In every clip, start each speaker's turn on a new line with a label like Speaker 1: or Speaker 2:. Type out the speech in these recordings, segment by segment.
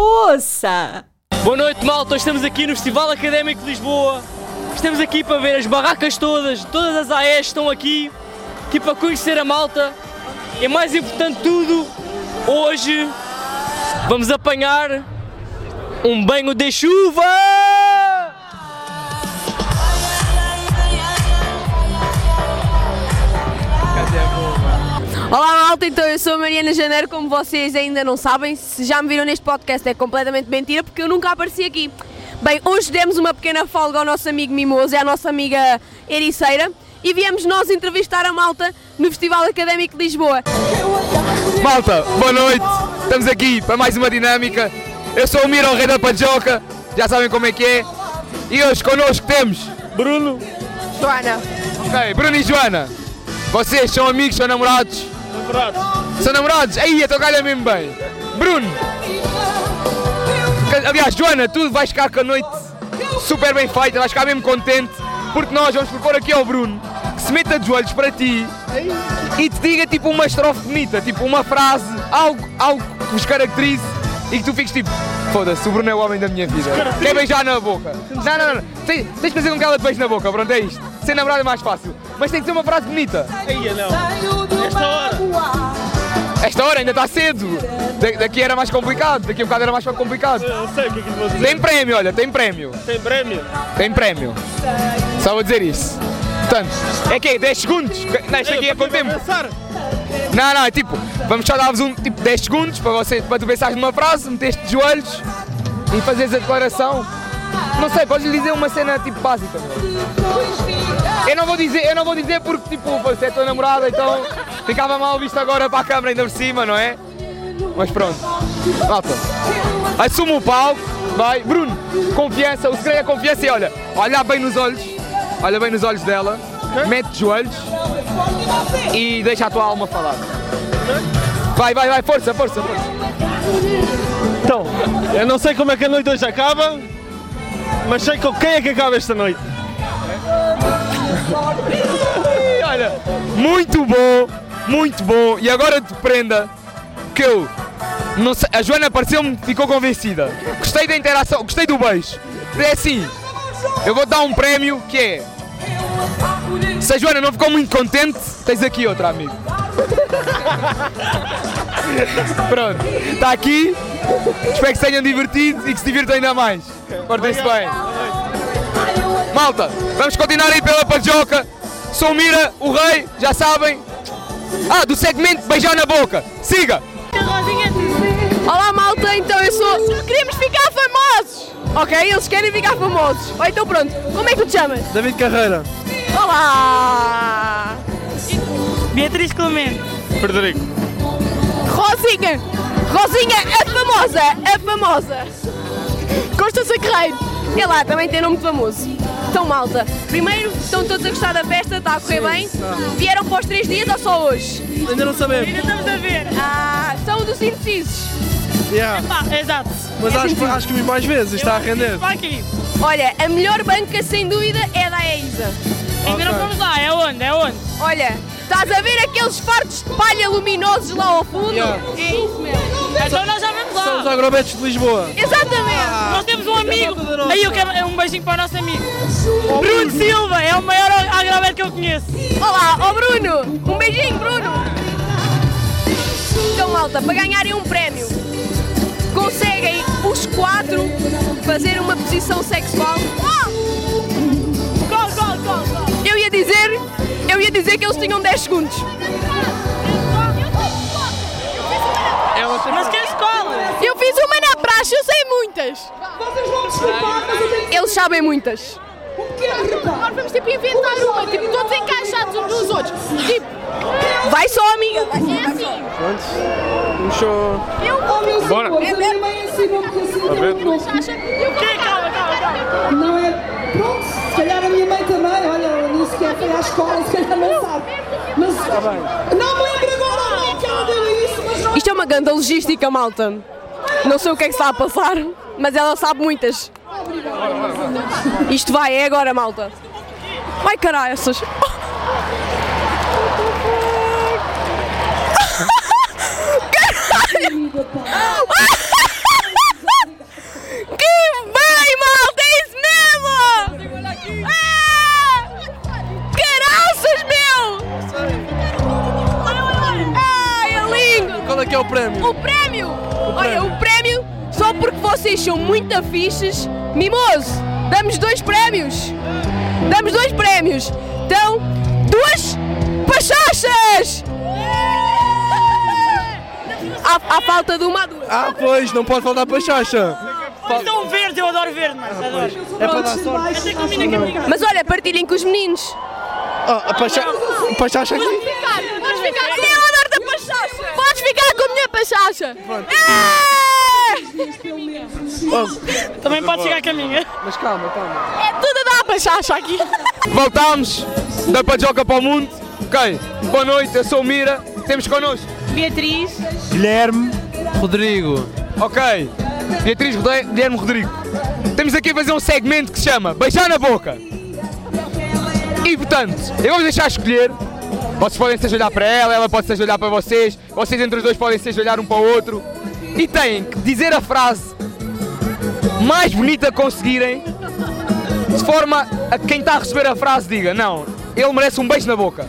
Speaker 1: moça!
Speaker 2: Boa noite, malta. Estamos aqui no Festival Académico de Lisboa. Estamos aqui para ver as barracas todas, todas as AES estão aqui, aqui para conhecer a malta. E mais importante de tudo, hoje vamos apanhar um banho de chuva!
Speaker 1: Olá malta, então eu sou a Mariana Janeiro, como vocês ainda não sabem, se já me viram neste podcast é completamente mentira porque eu nunca apareci aqui. Bem, hoje demos uma pequena folga ao nosso amigo Mimoso e à nossa amiga Ericeira e viemos nós entrevistar a malta no Festival Académico de Lisboa.
Speaker 3: Malta, boa noite. Estamos aqui para mais uma dinâmica. Eu sou o Miro, o rei da Pajoca. Já sabem como é que é. E hoje connosco temos.
Speaker 2: Bruno,
Speaker 1: Joana,
Speaker 3: Ok, Bruno e Joana. Vocês são amigos, são namorados? Namorados. São namorados? Aí, então calha mesmo bem. Bruno. Ca- Aliás, Joana, tu vais ficar com a noite super bem feita, vais ficar mesmo contente. Porque nós vamos propor aqui ao Bruno que se meta de joelhos para ti e te diga tipo uma estrofe bonita, tipo uma frase, algo, algo que vos caracterize e que tu fiques tipo, foda-se, o Bruno é o homem da minha vida. Quer beijar na boca? Não, não, não. Tens, tens de fazer com que ela te beije na boca, pronto, é isto. Ser namorado é mais fácil. Mas tem que ser uma frase bonita.
Speaker 4: é
Speaker 3: Esta hora ainda está cedo. Da- daqui era mais complicado, daqui a bocado era mais complicado.
Speaker 4: Eu sei o que, é que vou dizer.
Speaker 3: Tem prémio, olha, tem prémio.
Speaker 4: Tem prémio?
Speaker 3: Tem prémio. Só vou dizer isso. Portanto, é que 10 segundos? Não, isto aqui é com tempo. Não, não, é tipo, vamos só dar-vos um tipo 10 segundos para, você, para tu pensares numa frase, meteres de joelhos e fazeres a declaração. Não sei, podes lhe dizer uma cena tipo básica. meu. Eu não vou dizer, eu não vou dizer porque tipo, você é tua namorada, então ficava mal visto agora para a câmara ainda por cima, não é? Mas pronto. Malta. Assume o palco, vai. Bruno, confiança, o segredo é confiança e olha, olhar bem nos olhos, olha bem nos olhos dela, mete de joelhos e deixa a tua alma falar. Vai, vai, vai, força, força, força.
Speaker 4: Então, eu não sei como é que a noite hoje acaba, mas sei com quem é que acaba esta noite.
Speaker 3: E olha, muito bom, muito bom. E agora te prenda que eu. Não sei, a Joana apareceu-me, ficou convencida. Gostei da interação, gostei do beijo. É assim, eu vou dar um prémio que é. Se a Joana não ficou muito contente, tens aqui outra, amigo. Pronto, está aqui. Espero que se tenham divertido e que se divirtam ainda mais. Portem-se bem. Malta, vamos continuar aí pela Pajoca. Sou Mira, o rei, já sabem. Ah, do segmento Beijar na Boca. Siga!
Speaker 1: Olá malta, então eu sou... Queremos ficar famosos! Ok, eles querem ficar famosos. Ou então pronto, como é que tu te chamas?
Speaker 4: David Carreira.
Speaker 1: Olá!
Speaker 5: Beatriz Clemente.
Speaker 4: Frederico.
Speaker 1: Rosinha! Rosinha, a famosa! A famosa! Costa Sacreiro! E lá, também tem nome de famoso. Então, malta, primeiro, estão todos a gostar da festa, está a correr bem? Vieram para os três dias ou só hoje?
Speaker 4: Ainda não sabemos.
Speaker 5: Ainda estamos a ver.
Speaker 1: Ah, são dos indecisos.
Speaker 4: Yeah.
Speaker 5: Pá, exato.
Speaker 4: Mas acho, acho que vi mais vezes, está Tá a render.
Speaker 5: Vai aqui.
Speaker 1: Olha, a melhor banca, sem dúvida, é da Eiza.
Speaker 5: Ainda não fomos lá. É onde? É onde?
Speaker 1: Olha, estás a ver aqueles fartos de palha luminosos lá ao fundo?
Speaker 4: Yeah.
Speaker 1: É isso mesmo.
Speaker 5: Então nós já vamos
Speaker 4: São os
Speaker 5: lá.
Speaker 4: agrobetes de Lisboa. Ah.
Speaker 1: Exatamente!
Speaker 5: Nós temos um amigo.
Speaker 4: falta da nossa.
Speaker 5: Aí eu quero um beijinho para o nosso amigo. Bruno Silva. É o maior agraveto que eu conheço.
Speaker 1: Olá, ó Bruno! Um beijinho, Bruno! Então, malta, para ganharem um prémio, conseguem os quatro fazer uma posição sexual.
Speaker 5: Gol, gol, gol, gol.
Speaker 1: Eu ia dizer, eu ia dizer que eles tinham 10 segundos.
Speaker 3: Ela tem
Speaker 5: Mas que é escola?
Speaker 1: Eu fiz uma na praxe, eu sei muitas.
Speaker 6: Vocês vão desculpar, mas eu tenho
Speaker 1: Eles sabem muitas.
Speaker 6: que arrebentar.
Speaker 1: Vamos tipo inventar uma, tipo, todos encaixados uns nos outros. Tipo, vai só, amiga. É assim.
Speaker 4: Show.
Speaker 6: Oh, meus
Speaker 3: Bora.
Speaker 6: amores, a minha mãe ensinou porque assim não tem muito
Speaker 5: Que? Calma, calma, calma.
Speaker 6: novo. Não é? Pronto, se calhar a minha mãe também, olha, ela nem sequer foi à escola, se calhar não sabe. Mas não me lembro agora onde é que ela deu isso, mas não
Speaker 1: Isto é uma ganda logística, malta. Não sei o que é que está a passar, mas ela sabe muitas. Isto vai, é agora, malta. Ai, caralho, essas. é
Speaker 4: é
Speaker 1: Ah! é vocês são muito fixes. Mimoso, damos dois prémios. Damos dois prémios. Então, duas pachachas! À, à falta de uma, há duas.
Speaker 7: Ah, pois, não pode faltar para a Xaxa.
Speaker 5: Então verde, eu adoro verde, mano. Adoro.
Speaker 7: É para dar sorte.
Speaker 6: Baixo,
Speaker 5: Até combina comigo.
Speaker 1: Mas olha, partilhem com os meninos.
Speaker 7: Ah, para a Xaxa aqui.
Speaker 1: ficar, podes ficar com a minha da pachacha. Podes ficar com a minha pachacha. É!
Speaker 5: Também pode chegar com a minha.
Speaker 7: Mas calma, calma.
Speaker 1: é tudo da pachacha aqui.
Speaker 3: Voltámos da Pajoca para o Mundo. Ok, boa noite, eu sou o Mira. Temos connosco.
Speaker 5: Beatriz.
Speaker 7: Guilherme.
Speaker 2: Rodrigo,
Speaker 3: Ok, Beatriz Rodé- Guilherme Rodrigo. Temos aqui a fazer um segmento que se chama Beijar na Boca. E portanto, eu vou deixar escolher. Vocês podem se ajoelhar para ela, ela pode se ajoelhar para vocês. Vocês entre os dois podem se ajoelhar um para o outro. E têm que dizer a frase mais bonita que conseguirem. De forma a que quem está a receber a frase diga, não, ele merece um beijo na boca.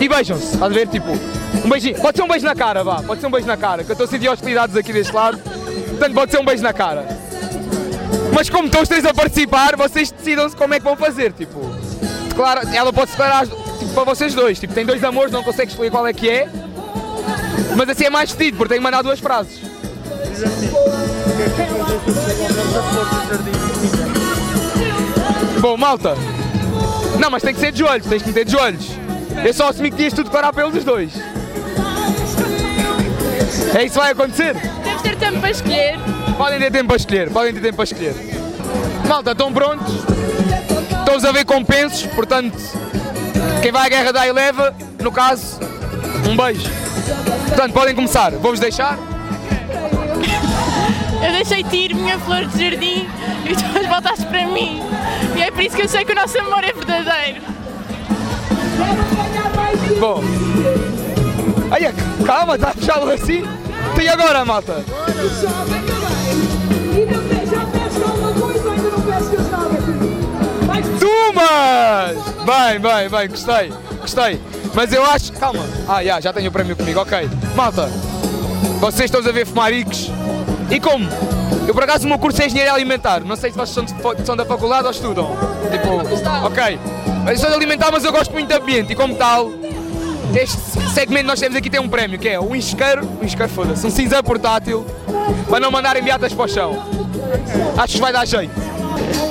Speaker 3: E beijam-se, estás a ver? Tipo, um beijinho. Pode ser um beijo na cara, vá. Pode ser um beijo na cara, que eu estou a sentir hostilidades aqui deste lado. Portanto, pode ser um beijo na cara. Mas como estão os três a participar, vocês decidam-se como é que vão fazer, tipo. Declara, ela pode declarar tipo, para vocês dois. Tipo, tem dois amores, não consegue escolher qual é que é. Mas assim é mais fedido, porque tem que mandar duas frases. Bom, malta. Não, mas tem que ser de olhos, tens que meter de olhos. Eu só assumi que tinhas tudo para pelos dois. É isso que vai acontecer?
Speaker 5: Deve ter tempo para escolher.
Speaker 3: Podem ter tempo para escolher, podem ter tempo para escolher. Malta, estão prontos? Estão-vos a ver compensos, portanto, quem vai à guerra dá e leva, no caso, um beijo. Portanto, podem começar. Vou-vos deixar.
Speaker 5: Eu deixei tirar minha flor de jardim e tu voltaste para mim. E é por isso que eu sei que o nosso amor é verdadeiro.
Speaker 6: é
Speaker 3: Bom. Olha, é calma, está fechado assim. Então, E agora, malta?
Speaker 6: já peço alguma coisa, ainda não peço que eu nada, filho. Vai
Speaker 3: Tumas! Bem, bem, bem, gostei, gostei. Mas eu acho. Calma. Ah, já, já tenho o prémio comigo, ok. Malta, vocês estão a ver fumaricos. E como? Eu por acaso o meu curso é engenharia alimentar. Não sei se vocês são, de fo- são da faculdade ou estudam. Tipo, ok. Eu sou de alimentar, mas eu gosto muito de ambiente e como tal. Este segmento que nós temos aqui tem um prémio que é um isqueiro, um isqueiro foda-se, um cinza portátil para não mandarem beatas para o chão. Acho que vai dar jeito.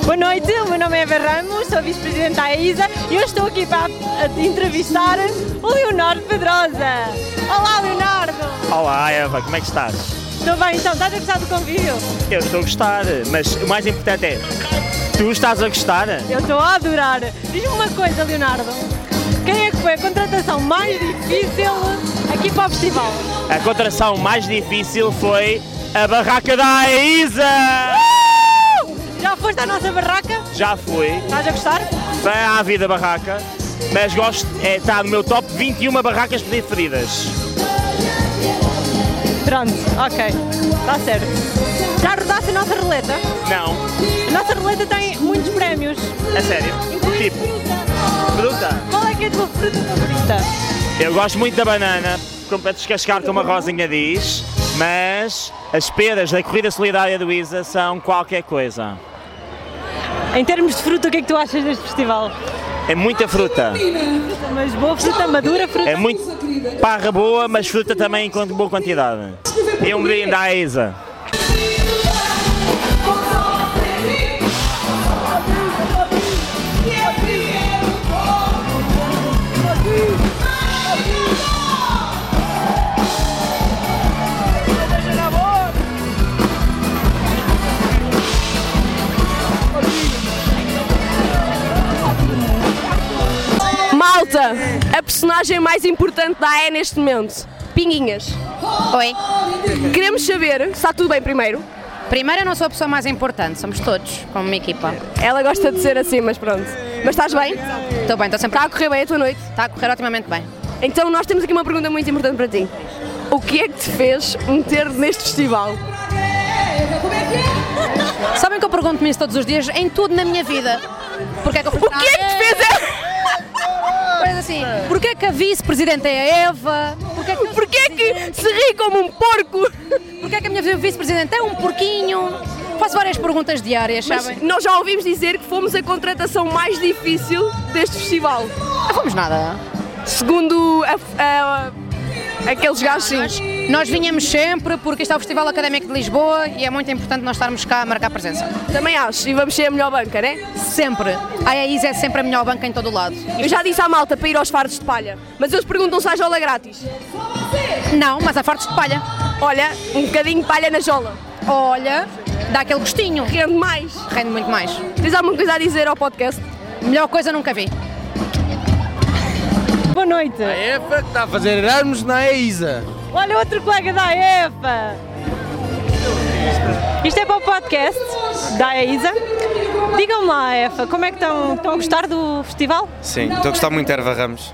Speaker 8: Boa noite, o meu nome é Eva Ramos, sou vice-presidente da AISA e eu estou aqui para a- a entrevistar o Leonardo Pedrosa. Olá, Leonardo!
Speaker 9: Olá Eva, como é que estás?
Speaker 8: Estou bem, então, estás a gostar do convívio?
Speaker 9: Eu estou a gostar, mas o mais importante é, tu estás a gostar?
Speaker 8: Eu estou a adorar. Diz-me uma coisa, Leonardo. Quem é que foi a contratação mais difícil aqui para o festival?
Speaker 9: A contração mais difícil foi a barraca da Isa!
Speaker 8: Já foste à nossa barraca?
Speaker 9: Já fui,
Speaker 8: Estás a gostar?
Speaker 9: bem à vida barraca, mas gosto, é, está no meu top 21 barracas preferidas.
Speaker 8: Pronto, ok. Está certo. Já rodaste a nossa roleta?
Speaker 9: Não,
Speaker 8: A nossa roleta tem muitos prémios.
Speaker 9: a sério,
Speaker 8: Inclui
Speaker 9: tipo,
Speaker 8: fruta.
Speaker 9: fruta.
Speaker 8: Qual é que é a tua fruta favorita?
Speaker 9: Eu gosto muito da banana, como para descascar como a Rosinha diz, mas as peras da corrida solidária do Isa são qualquer coisa.
Speaker 8: Em termos de fruta, o que é que tu achas deste festival?
Speaker 9: É muita fruta.
Speaker 8: Mas boa fruta, madura fruta.
Speaker 9: É muito parra boa, mas fruta também em boa quantidade. E um brinde da Isa.
Speaker 1: Malta, a personagem mais importante da AE neste momento. Pinguinhas.
Speaker 10: Oi.
Speaker 1: Queremos saber se está tudo bem primeiro.
Speaker 10: Primeiro, eu não sou a pessoa mais importante, somos todos, como uma equipa.
Speaker 1: Ela gosta de ser assim, mas pronto. Mas estás bem?
Speaker 10: Estou bem, Tá. estou sempre.
Speaker 1: Está a correr bem a tua noite?
Speaker 10: Está a correr otimamente bem.
Speaker 1: Então nós temos aqui uma pergunta muito importante para ti. O que é que te fez meter neste festival?
Speaker 10: Sabem que eu pergunto-me isso todos os dias, em tudo na minha vida. Porquê que eu fui
Speaker 1: O que é que te fez é...
Speaker 10: Mas assim, porquê que é a vice-presidente é a Eva? Porquê que eu...
Speaker 1: Porquê é que se ri como um porco?
Speaker 10: Porquê é que a minha vice-presidente é um porquinho? Faço várias perguntas diárias,
Speaker 1: Mas
Speaker 10: sabem?
Speaker 1: nós já ouvimos dizer que fomos a contratação mais difícil deste festival.
Speaker 10: Não fomos nada.
Speaker 1: Segundo a- a- aqueles gajos, sim.
Speaker 10: Nós, nós vinhamos sempre porque este é o Festival Académico de Lisboa e é muito importante nós estarmos cá a marcar presença.
Speaker 1: Também acho, e vamos ser a melhor banca, né?
Speaker 10: Sempre. A EIS é sempre a melhor banca em todo o lado.
Speaker 1: Eu já disse à malta para ir aos fardos de palha, mas eles perguntam se há jola grátis.
Speaker 10: Não, mas há fardos de palha.
Speaker 1: Olha, um bocadinho de palha na jola.
Speaker 10: Olha, dá aquele gostinho.
Speaker 1: Rende mais.
Speaker 10: Rende muito mais.
Speaker 1: Tens alguma coisa a dizer ao podcast?
Speaker 10: Melhor coisa nunca vi.
Speaker 11: Boa noite. A EFA que está a fazer Erasmus na EISA.
Speaker 8: Olha outro colega da EFA. Isto é para o podcast da EISA. Digam-me lá, EFA, como é que estão, estão a gostar do festival?
Speaker 12: Sim, estou a gostar muito da Erva Ramos.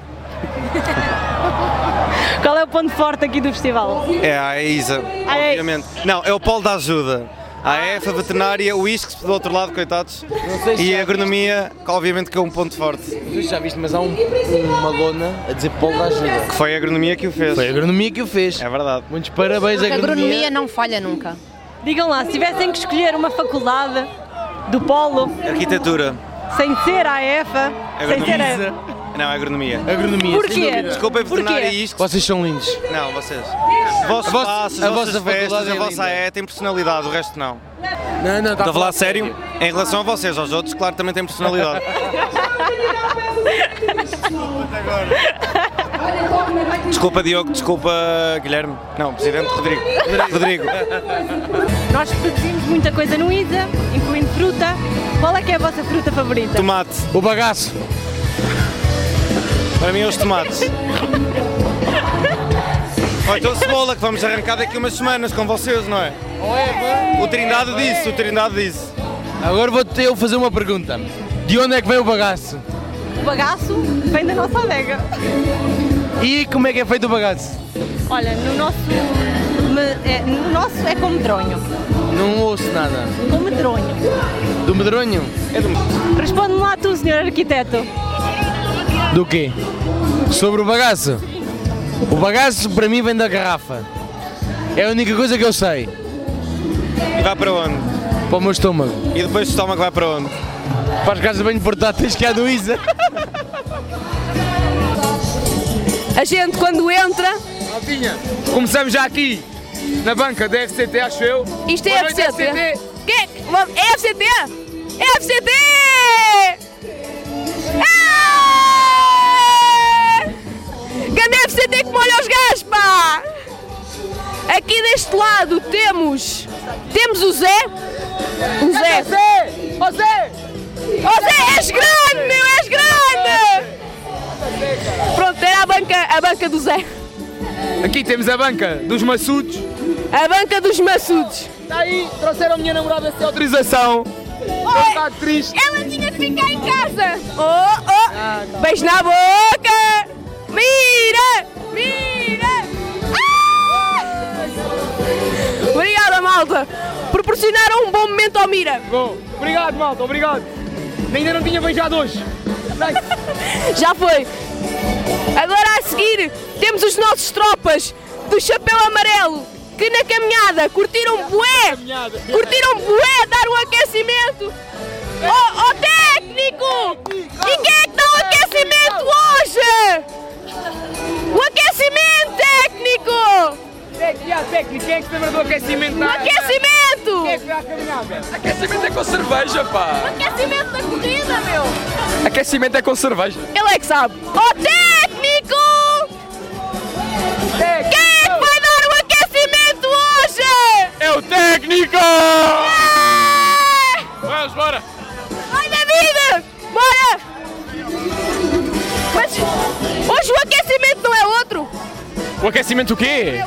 Speaker 8: Qual é o ponto forte aqui do festival?
Speaker 12: É a EISA, obviamente. Não, é o polo da ajuda. A EFA veterinária, o ISCS do outro lado, coitados.
Speaker 11: sei se
Speaker 12: E é-
Speaker 11: já
Speaker 12: a agronomia, que obviamente que é um ponto forte.
Speaker 11: Tu já viste, mas há um, uma lona a dizer polo da ajuda.
Speaker 12: Que foi a agronomia que o fez. Foi a agronomia que o fez. É verdade. Muitos
Speaker 11: parabéns,
Speaker 10: Porque a agronomia não falha nunca.
Speaker 8: Digam lá, se tivessem que escolher uma faculdade do Polo,
Speaker 12: Arquitetura.
Speaker 8: sem ser a EFA, sem ser a
Speaker 12: Agronomia. Não, a agronomia.
Speaker 11: Agronomia,
Speaker 8: Porquê? sem dúvida.
Speaker 12: Desculpem
Speaker 8: Porquê?
Speaker 12: veterinária e ISCS.
Speaker 11: Vocês são lindos.
Speaker 12: Não, vocês.
Speaker 11: A
Speaker 12: Vossos
Speaker 11: vossa-
Speaker 12: passos,
Speaker 11: a
Speaker 12: a vossas
Speaker 11: vossa
Speaker 12: festas,
Speaker 11: faculdade
Speaker 12: a
Speaker 11: é
Speaker 12: vossa
Speaker 11: linda.
Speaker 12: é tem personalidade, o resto não.
Speaker 11: Não, não,
Speaker 12: Estou Tá a falar sério? Em relação a vocês, aos outros, claro, também tem personalidade. Desculpa, Diogo, desculpa, Guilherme. Não, Presidente Rodrigo. Rodrigo.
Speaker 8: Nós produzimos muita coisa no ISA, incluindo fruta. Qual é que é a vossa fruta favorita?
Speaker 12: Tomate. O bagaço. Para mim é os tomates. Ou então cebola, que vamos arrancar daqui umas semanas com vocês, não é? O Trindade disse, o Trindade disse.
Speaker 11: Agora vou-te eu fazer uma pergunta. De onde é que vem o bagaço?
Speaker 8: O bagaço vem da nossa adega.
Speaker 11: E como é que é feito o bagaço?
Speaker 8: Olha, no nosso, me- é, no nosso é com medronho.
Speaker 11: Não ouço nada.
Speaker 8: Com medronho.
Speaker 11: Do medronho? É do
Speaker 8: Responde-me lá tu, senhor arquiteto.
Speaker 11: Do quê? Sobre o bagaço? O bagaço para mim vem da garrafa. É a única coisa que eu sei.
Speaker 12: E vai para onde?
Speaker 11: Para o meu estômago.
Speaker 12: E depois o estômago vai para onde?
Speaker 11: Para as casas de banho portáteis
Speaker 3: é
Speaker 11: que há do Isa.
Speaker 1: A gente quando entra.
Speaker 3: Começamos já aqui, na banca da FCT, acho eu.
Speaker 1: Isto é
Speaker 3: Boa noite,
Speaker 1: FCT. Que é que- vamos- É FCT? FCT! É! Grande FCT que molha os gajos, pá! Aqui deste lado temos. Temos o Zé. O é Zé. Ó Zé! Ó Zé, és grande, meu, és grande! é Pronto, era a banca, a banca do Zé.
Speaker 3: Aqui temos a banca dos maçudos.
Speaker 1: A banca dos maçudos.
Speaker 3: Está aí, trouxeram a minha namorada sem autorização. tá
Speaker 1: Está triste. Ela tinha de ficar em casa. Oh, oh. Beijo na boca. Mira, mira. Ah! Obrigada, malta. Proporcionaram um bom momento ao Mira.
Speaker 3: Bom, obrigado, malta, obrigado. Ainda não tinha beijado hoje.
Speaker 1: Já foi. Agora a seguir temos os nossos tropas do chapéu amarelo que na caminhada curtiram bué. Curtiram bué, dar um aquecimento. Ó ó, técnico! E quem é que dá o aquecimento hoje? O aquecimento técnico!
Speaker 3: Técnico, quem é que se lembra do aquecimento?
Speaker 1: O aquecimento! Quem é que
Speaker 3: vai à caminhada? Aquecimento é com cerveja, pá.
Speaker 1: Aquecimento da corrida, meu!
Speaker 3: Aquecimento é com cerveja.
Speaker 1: Ele é que sabe. Ó técnico! Quem é que vai dar o aquecimento hoje?
Speaker 3: É o técnico! Vamos, bora!
Speaker 1: Vai, David! Bora! Mas hoje o aquecimento não é outro?
Speaker 13: O aquecimento o quê?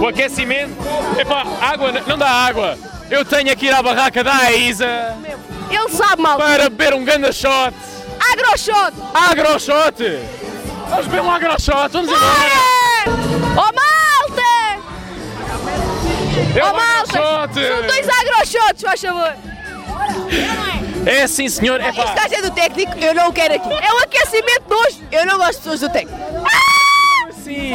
Speaker 13: O aquecimento? Epá, água, n- não dá água. Eu tenho que ir à barraca da Isa
Speaker 1: Ele sabe mal.
Speaker 13: para beber um ganda shot.
Speaker 1: Agroshot!
Speaker 13: Agroshot! Vamos beber um agroshot, vamos embora!
Speaker 1: Oh malta!
Speaker 13: É um
Speaker 1: oh malta!
Speaker 13: agroshot!
Speaker 1: São dois agroshots, faz favor!
Speaker 13: É sim senhor, epá.
Speaker 14: Está a ser do técnico, eu não o quero aqui. É um aquecimento de hoje, eu não gosto de pessoas do técnico.
Speaker 13: Sim!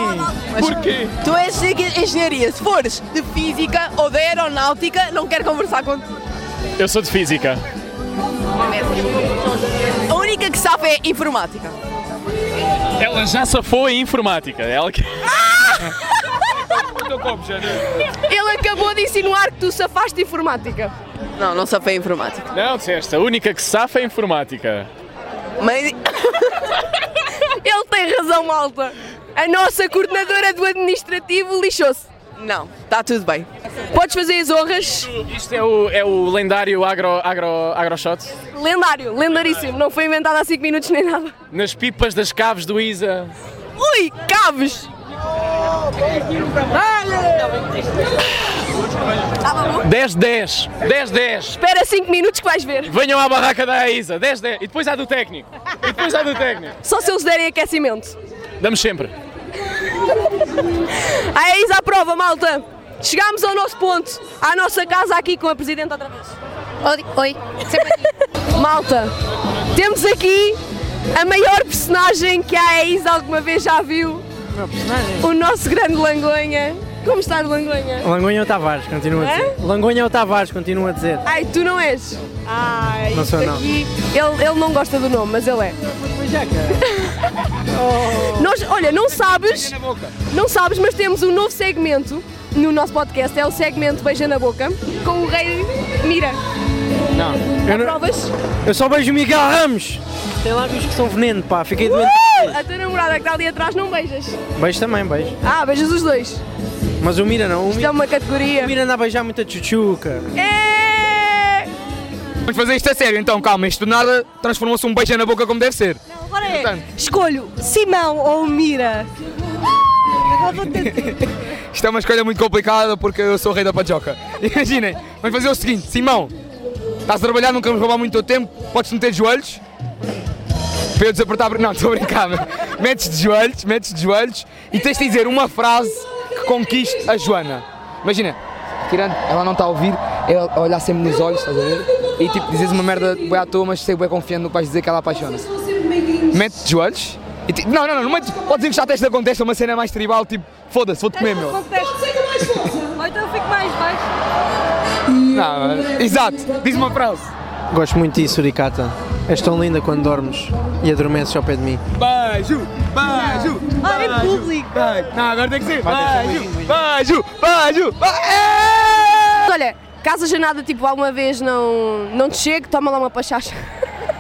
Speaker 13: Porquê?
Speaker 14: Tu és de engenharia. Se fores de física ou de aeronáutica, não quero conversar contigo.
Speaker 13: Eu sou de física.
Speaker 14: A única que sabe é informática.
Speaker 13: Ela já safou em informática. é Ela que.
Speaker 1: Ele acabou de insinuar que tu safaste de informática.
Speaker 14: Não, não safei informática.
Speaker 13: Não, disseste, a única que safa é informática.
Speaker 14: Mas.
Speaker 1: Ele tem razão, malta. A nossa coordenadora do administrativo lixou-se.
Speaker 14: Não, está tudo bem.
Speaker 1: Podes fazer as honras.
Speaker 13: Isto é o, é o lendário agro, agro, agroshot.
Speaker 1: Lendário, lendaríssimo. Não foi inventado há 5 minutos nem nada.
Speaker 13: Nas pipas das caves do Isa.
Speaker 1: Ui, cabos! Estava bom.
Speaker 13: 10-10. 10-10.
Speaker 1: Espera 5 minutos que vais ver.
Speaker 13: Venham à barraca da Isa. 10-10. E depois há do técnico. E depois há do técnico.
Speaker 1: Só se eles derem aquecimento.
Speaker 13: Damos sempre.
Speaker 1: Aí Isa à prova, malta. Chegámos ao nosso ponto, à nossa casa aqui com a Presidente outra vez.
Speaker 10: Oi, oi. sempre
Speaker 1: aqui. Malta, temos aqui a maior personagem que a Isa alguma vez já viu. O nosso grande Langonha. Como está o Langonha?
Speaker 7: Langonha ou Tavares, continua a dizer. Langonha ou Tavares, continua a dizer.
Speaker 1: Ai, tu não és? Ai,
Speaker 7: Não sou,
Speaker 1: isto
Speaker 7: não.
Speaker 1: aqui- Ele, ele não gosta do nome, mas ele é.
Speaker 7: Oh.
Speaker 1: Nós, olha, não
Speaker 7: um
Speaker 1: sabes, não sabes, mas temos um novo segmento no nosso podcast. É o segmento Beija na Boca, com o rei Mira.
Speaker 7: Não. Eu, não-
Speaker 1: Provas?
Speaker 7: eu só beijo o Miguel Ramos. Tem lábios que são veneno, pá. Fiquei doente.
Speaker 1: Uh! A tua namorada que está ali atrás não beijas.
Speaker 7: Beijo também, beijo.
Speaker 1: Ah, beijas os dois.
Speaker 7: Mas o Mira não. O Mira,
Speaker 1: É uma categoria. É!
Speaker 7: o Mira anda a beijar muita chuchuca.
Speaker 3: Vamos fazer isto a sério, então, calma. Isto do nada transformou-se um beijo na boca como deve ser.
Speaker 15: Agora é, escolho Simão ou Mira. Agora vou ter
Speaker 3: Isto é uma escolha muito complicada porque eu sou o rei da pajoca. Imaginem, vamos fazer o seguinte, Simão, estás a trabalhar, não queremos roubar muito o teu tempo, podes meter de joelhos. Para eu desapertar, não, estou a brincar, mas metes de joelhos, metes de joelhos e tens de dizer uma frase que conquiste a Joana. Imagina, tirando, ela não está a ouvir, é a olhar sempre nos olhos, estás a ver? E tipo, dizes uma merda boa à toa, mas sei bem confiante no que vais dizer que ela apaixona-se. Mete de joelhos. E ti- não, não, não, não metes. Podes encostar a testa com testa, uma cena mais tribal, tipo, foda-se, vou-te comer, meu.
Speaker 15: mais força. Ou então fico mais baixo.
Speaker 3: Não, exato, diz uma frase.
Speaker 7: Gosto muito de ti, Suricata. És tão linda quando dormes e adormeces ao pé de mim.
Speaker 3: Beijo, beijo,
Speaker 15: Ah, em público.
Speaker 3: Não, agora tem que ser.
Speaker 7: Vai ter que ser
Speaker 3: Beijo, beijo, beijo. beijo.
Speaker 1: Olha, caso a janada tipo alguma vez não, não te chegue, toma lá uma pachacha.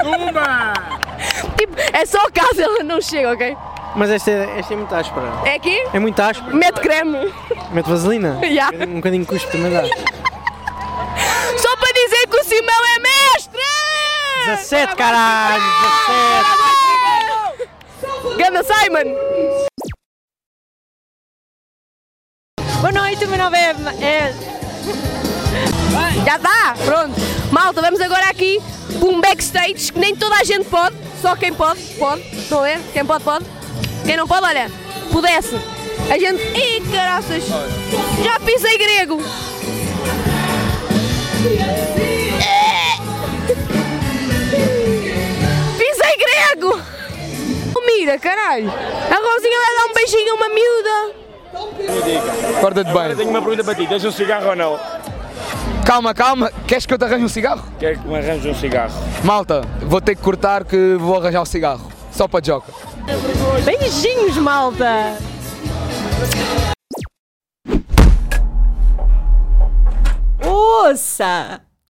Speaker 3: Uma!
Speaker 1: tipo, é só caso ela não chegue, ok?
Speaker 7: Mas esta é, esta é muito áspera.
Speaker 1: É aqui?
Speaker 7: É muito áspera.
Speaker 1: Mete creme.
Speaker 7: Mete vaselina.
Speaker 1: Ya.
Speaker 7: Um bocadinho de cuspe também dá.
Speaker 1: Só para dizer que o Simão é mestre!
Speaker 7: 17, caralho!
Speaker 1: 17! Ganda Simon!
Speaker 8: Boa noite, o meu nome é. é...
Speaker 1: Já está, pronto. Malta, vamos agora aqui para um backstage que nem toda a gente pode, só quem pode, pode. Estão a ver? Quem pode, pode. Quem não pode, olha, pudesse. A gente. Ih, caraças! Já pisei grego! Pisei grego! Oh, mira, caralho! A Rosinha vai dar um beijinho a uma miúda!
Speaker 3: Acorda-te bem.
Speaker 16: Tenho uma pergunta para ti, tens um cigarro ou não?
Speaker 3: Calma, calma. Queres que eu te arranje um cigarro?
Speaker 16: Quer que me arranje um cigarro?
Speaker 3: Malta, vou ter que cortar que vou arranjar um cigarro. Só para Joca.
Speaker 15: Beijinhos, malta. Ouça!